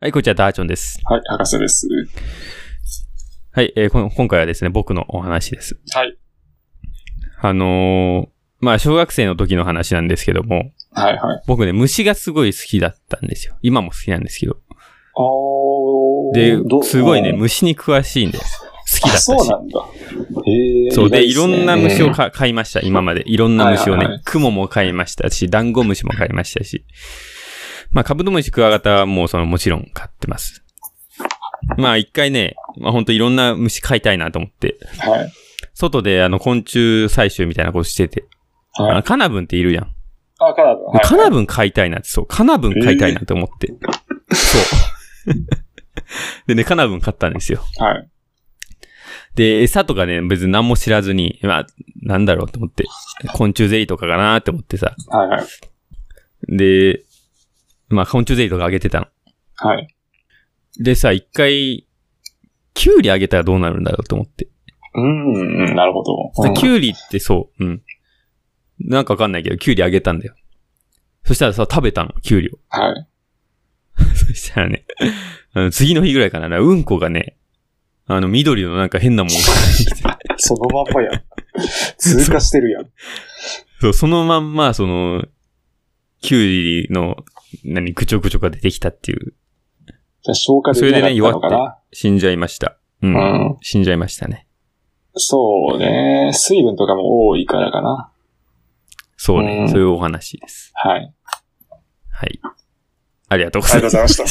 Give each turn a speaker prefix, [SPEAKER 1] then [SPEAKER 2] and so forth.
[SPEAKER 1] はい、こんにちは、ダーチョンです。
[SPEAKER 2] はい、博士です。
[SPEAKER 1] はい、えーこの今回はですね、僕のお話です。
[SPEAKER 2] はい。
[SPEAKER 1] あのーまあ、小学生の時の話なんですけども、
[SPEAKER 2] はい、はい。
[SPEAKER 1] 僕ね、虫がすごい好きだったんですよ。今も好きなんですけど。
[SPEAKER 2] お
[SPEAKER 1] で、すごいね、
[SPEAKER 2] 好
[SPEAKER 1] 虫に詳しいんです。好きだったし。
[SPEAKER 2] そうなんだ。へえ。
[SPEAKER 1] そうで、
[SPEAKER 2] 意
[SPEAKER 1] いろ
[SPEAKER 2] 外すね
[SPEAKER 1] んな虫を
[SPEAKER 2] うん
[SPEAKER 1] か買いました、今まで。いろんな虫を
[SPEAKER 2] はいはいは
[SPEAKER 1] ね、クモも買いましたし、ダンゴムシも買いましたし。まあ、カブトムシ、クワガタはもうその、もちろん買ってます。まあ、一回ね、まあ、ほんといろんな虫飼いたいなと思って、
[SPEAKER 2] はい。
[SPEAKER 1] 外であの、昆虫採集みたいなことしてて、あ
[SPEAKER 2] は
[SPEAKER 1] の
[SPEAKER 2] い。
[SPEAKER 1] カナブンっているやん。
[SPEAKER 2] あ、カナダ。はい
[SPEAKER 1] カナブン飼いたいなって、そう、カナブン飼いたいなって思って。そう。 でね、カナブン飼ったんですよ。
[SPEAKER 2] はい。
[SPEAKER 1] で、餌とかね、別に何も知らずに、まあ、なんだろうと思って、昆虫ゼリーとかかなって思ってさ。
[SPEAKER 2] はい、はい。
[SPEAKER 1] で、まあ、昆虫ゼリーとかあげてたの。
[SPEAKER 2] はい。
[SPEAKER 1] でさ、一回、キュウリあげたらどうなるんだろうと思って。
[SPEAKER 2] うん、うんなるほど。
[SPEAKER 1] で
[SPEAKER 2] うん
[SPEAKER 1] キュウリってそう、うん。なんかわかんないけど、キュウリあげたんだよ。そしたらさ、食べたの、キュウリを。
[SPEAKER 2] はい。
[SPEAKER 1] そしたらね、あの次の日ぐらいかな、うんこがね、あの、緑のなんか変なもんが出てきて
[SPEAKER 2] そのまんまやん。通過してるやん。
[SPEAKER 1] そう、そのまんま、その、キュウリの、何、ぐちょぐちょが出てきたっていう、
[SPEAKER 2] じゃあ消化できなかったの
[SPEAKER 1] そ
[SPEAKER 2] か
[SPEAKER 1] れでね
[SPEAKER 2] な。
[SPEAKER 1] 死んじゃいました。うん。
[SPEAKER 2] うん。
[SPEAKER 1] 死んじゃいましたね。
[SPEAKER 2] そうね。水分とかも多いからかな。
[SPEAKER 1] そうね。
[SPEAKER 2] うん
[SPEAKER 1] そういうお話です。
[SPEAKER 2] はい。
[SPEAKER 1] はい。ありがとうご
[SPEAKER 2] あ
[SPEAKER 1] ざ
[SPEAKER 2] りがとう
[SPEAKER 1] いま
[SPEAKER 2] ご
[SPEAKER 1] す。
[SPEAKER 2] ざいました。